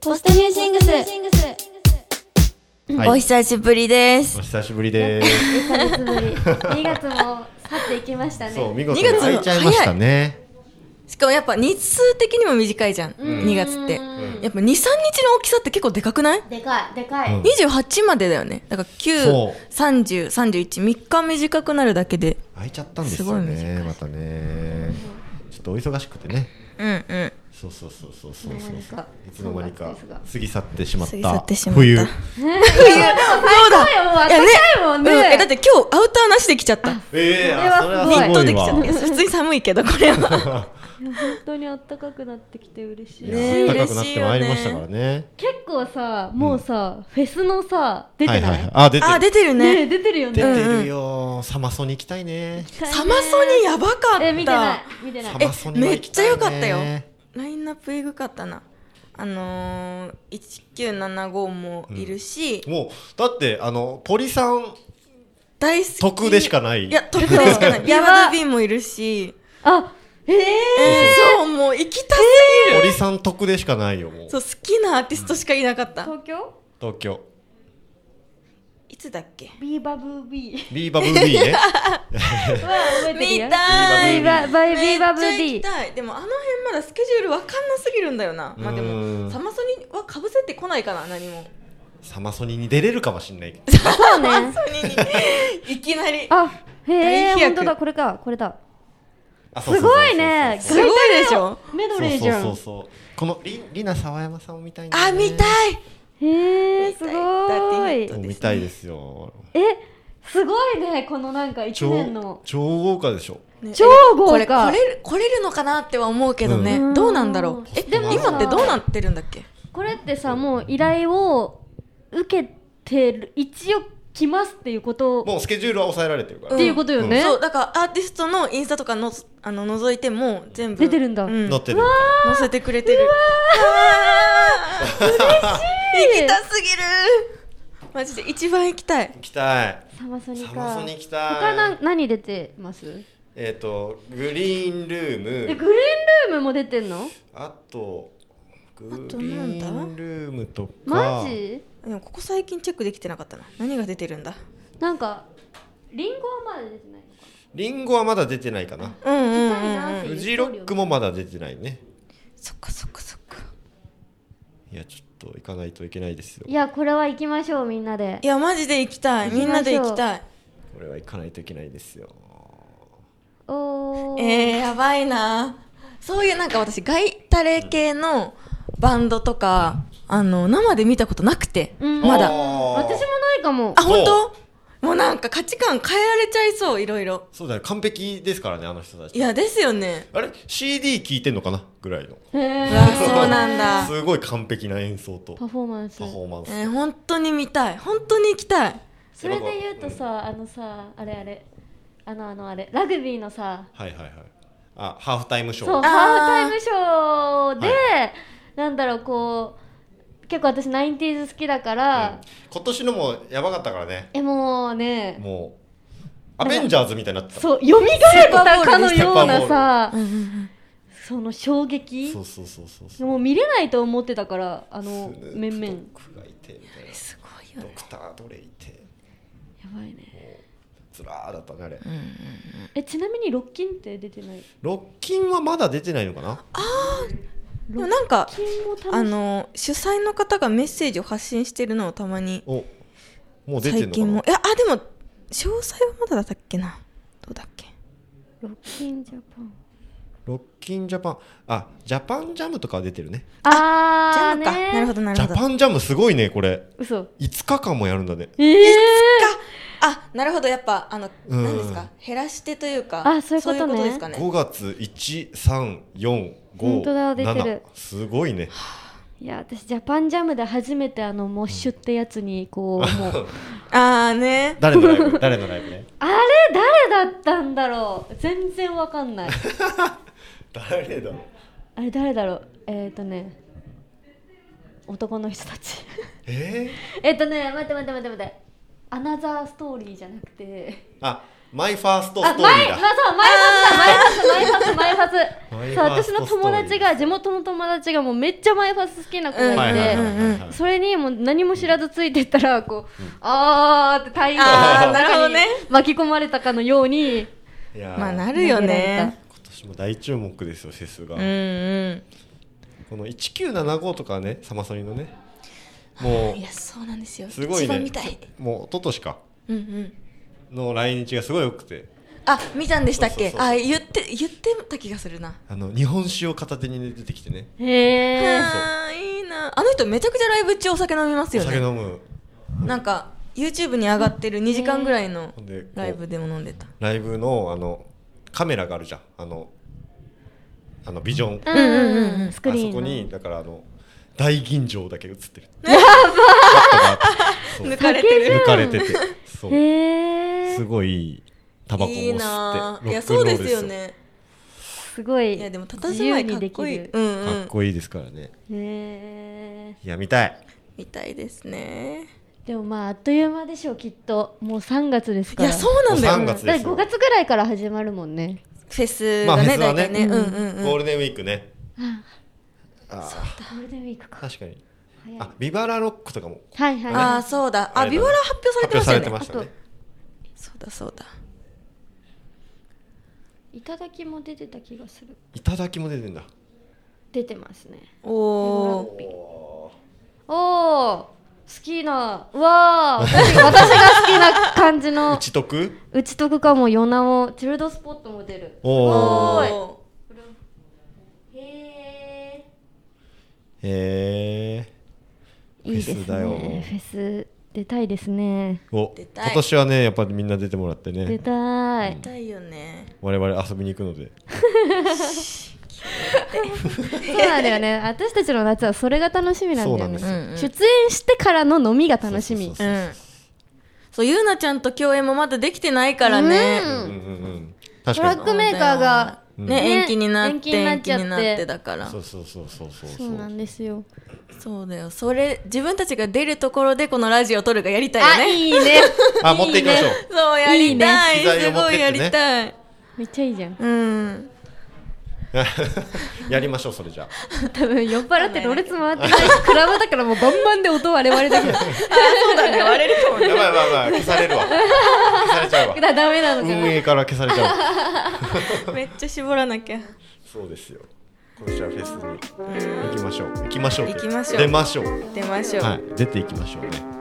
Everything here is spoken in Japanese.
ポストニューシングス。お久しぶりですお。久しぶりです。一ヶ月ぶり。二月も去っていきましたそう、ね。見事二月開いちゃいましたね。しかもやっぱ日数的にも短いじゃん。うん2月って。うんやっぱ2、3日の大きさって結構でかくないでかい、でかういん。 ?28 までだよね。だから9そ、 30、31、3日短くなるだけで。開いちゃったんですよすごいね。またね。ちょっとお忙しくてね。うんうん。そうそうそうそうそういつそうの間にかいつの間にかそうなんですが過ぎ去ってしまった過ぎ去ってしまった冬そうだもう暖いやねかいもんね。うんえだって今日アウターなしで来ちゃった。ええー、あそれはこれはすすごといできちゃった。いわや普通に寒いけど、これ は。本当に暖かくなってきて嬉しい。ねいや暖かくなってまいりましたからね結構さ、もうさ、フェスのさ、出てはないはいはいい。あ出てるあ、出てるねえ、ね。出てるよ出ね。てるよサマソニ行きたいねサマソニやばかった。え、見てない、見てないサ。えマソニは行きたいねめっちゃ良かったよラインナップエグかったな。あのー、1975もいるし、もうだってあのポリさん大好き。得でしかないいや、得でしかない。ビ やアばバビーもいるし、あ、ええ。えー、そう、もう行きたすぎる。ポリさん得でしかないよもうそう、好きなアーティストしかいなかった。東京。東京いつだっけビーバブービー。ビーバブービーねは覚えてる見よ。たいビーババイビーバブめっちゃ行き D。たいでもあの辺まだスケジュールわかんなすぎるんだよなまあでうもんサマソニはかぶせてこないかな何もサマソニに出れるかもしんないそうね。ソニにいきなりあ、へえ、大飛躍本当だ、これか、これだ。あそうすそうそうそうごいね。すごいでしょメドそうレーじゃ。そうそうんそうこのりりな沢山さんを見たいんだあよね見たいへえ、見すたごいい見た。い見たいですよえ、すごいね、このなんか一超年の。超豪華でしょね超豪華これ来れる来れるのかなっては思うけどね、うんどうなんだろうえでも今ってどうなってるんだっけこれってさ、もう依頼を受けてる、一応来ますっていうこと。もうスケジュールは抑えられてるからっていうことよね。そうだからアーティストのインスタとかのあの覗いても全部出てるんだううん載乗ってるせてくれてる嬉し行いきたすぎるマジで一番行きたい行きたいサマソニか。サマソニ行きたい他な何出てます？えっ、とグリーンルえ、ーグムリーンルームも出てんの？あとグあとリなんだーンルームとかマジ？でもここ最近チェックできてなかったな何が出てるんだなんかリンゴはまだ出てないのかリンゴはまだ出てないかなうんうな。ん行きたいなってフ言っジてロるよックもまだ出てないねそっかそっかそっかいやちょっと行かないといけないですよいやこれは行きましょうみんなでい。やマジで行きたいみんなで行きたいこれは行かないといけないですよおー。えー、やばいなそういうなんか私ガイタレ系のバンドとかあの生で見たことなくて、うんまだあー私もないかもあ。本当もうなんか価値観変えられちゃいそういろいろそうだよ完璧ですからねあの人たちいやですよねあれ CD 聞いてんのかなぐらいのへうわ え。そうなんだ、 すごい完璧な演奏とパフォーマンスパ。フォーマンスえー、本当に見たい本当に行きたいそれで言うとさあのさあれあれあのあのあれラグビーのさはいはいはいあハーフタイムショそうーハーフタイムショーで、はなんだろうこう結構私 90s 好きだから、うん今年のもやばかったからねえもうねもうアベンジャーズみたいになってたそう蘇ったかのようなスーパさその衝撃そうそうそうそうそうもう見れないと思ってたからあのスヌープ面々やドッグがいてみたいなすごいドクター・ドレいてばいねずらーだったねあれえちなみにロッキンって出てないロッキンはまだ出てないのかなでもなんかロッキンも楽しあの主催の方がメッセージを発信してるのをたまにおもう出て最んのか近なもいやあでも詳細はまだだったっけなどうだっけロッキンジャパンロッキンジャパンあジャパンジャムとかは出てるねあジーャムねか、なるほどなるジほどャパンジャムすごいねこれ嘘5日間もやるんだねえー、あなるほどやっぱあの、うん何ですか減らしてというかあそういうことねですかね5月本当だ出て13457るすごいねいや私ジャパンジャムで初めてあのモッシュってやつにこ うもうああね誰の ライブ誰のライブねあれ誰だったんだろう全然わかん ない誰だろうあれ誰だろうえっ、ー、とね男の人たち ええっとね待って待って待って待ってアナザーストーリーじゃなくてー、あマイファーストあス前トーリーだまあそう前ファスだ前ファス前ファス前ファスそうマイファー私ストの友達が地元の友達がもうめっちゃ前ファス好きな子がいて、うんはいはいはいはいはいそれにもう何も知らずついてったらこう、あーって太陽あのーなるほ中どにね巻き込まれたかのようにいやーまあなあるよね今年も大注目ですよフェスが、うんうんこの1975とかはねサマソニのねもいやそうなんですようすごい一番ね見たいもう一昨年かうんうんの来日がすごい良くてあ見たんでしたっけそうそうそうあ言って言ってた気がするなあの日本酒を片手に出てきてねへえあーいいなあの人めちゃくちゃライブ中お酒飲みますおよ酒ね飲むなんか YouTube に上がってる2時間ぐらいのほんでこうライブでも飲んでたライブのあのカメラがあるじゃんあのあのビジョンうあんうんうんあスクリーンそのこにだからあの大吟醸だけ映っ てるやば抜かれてる抜かれててそうへえすごいいいタバコもいい吸なっあていやロックンそローうルですよねすごいいやでも佇まいかっこいい自由にできるうんうかっんこいいですからねへえいや見たいみたいですねでもまああっという間でしょうきっともう3月ですいからやそうなんだもよう三月ですよ5月ぐらいから始まるもんねフェスまあがフねェス大はね体ねうんうんゴーうんルデンウィークねああゴールデンウィークあか確かに早いあビバラロックとかもはいはいああそうだああれだねビバラ発表され発てま表したさよれねてましそたねうだそうだいただきも出てた気がするいただきも出てんだ出てますねおおおお好きなうわー私私が好きな感じの内徳打ち解くかもよなもチルドスポットも出るおおおーいへへええいいですねフェスだよフェス出たいですねお出たい今年はねやっぱりみんな出てもらって出ねたい、痛いよね我々遊びに行くのでそうなんだよね私たちの夏はそれが楽しみなんだよねそうなんです出よ演してからの飲みが楽しみそうそううそんそうゆうなちゃんと共演もまだできてないからねうんうんうんうん確トラかッにクメーカーがねね延期になって延期になっ延ち期ゃってになってだからそうそうそうそうそうそうなんですよそうだよそれ自分たちが出るところでこのラジオ撮るがやりたあいよねいいね あ持っていきましょうそうやりたいいいねすごいやりたいめっちゃいいじゃんうんやりましょうそれじゃ多分酔っ払ってろれつ回ってないしクラブだからもうバンバンで音割れ割れだけどそうだね割れるかもあやばいやばいやばい消されるわ消されちゃうわだからダメなのか運な営から消されちゃうわめっちゃ絞らなきゃそうですよ今年はフェスに行きましょう行きましょうという行きましょう出ましょう出ましょう、はい出ていきましょうね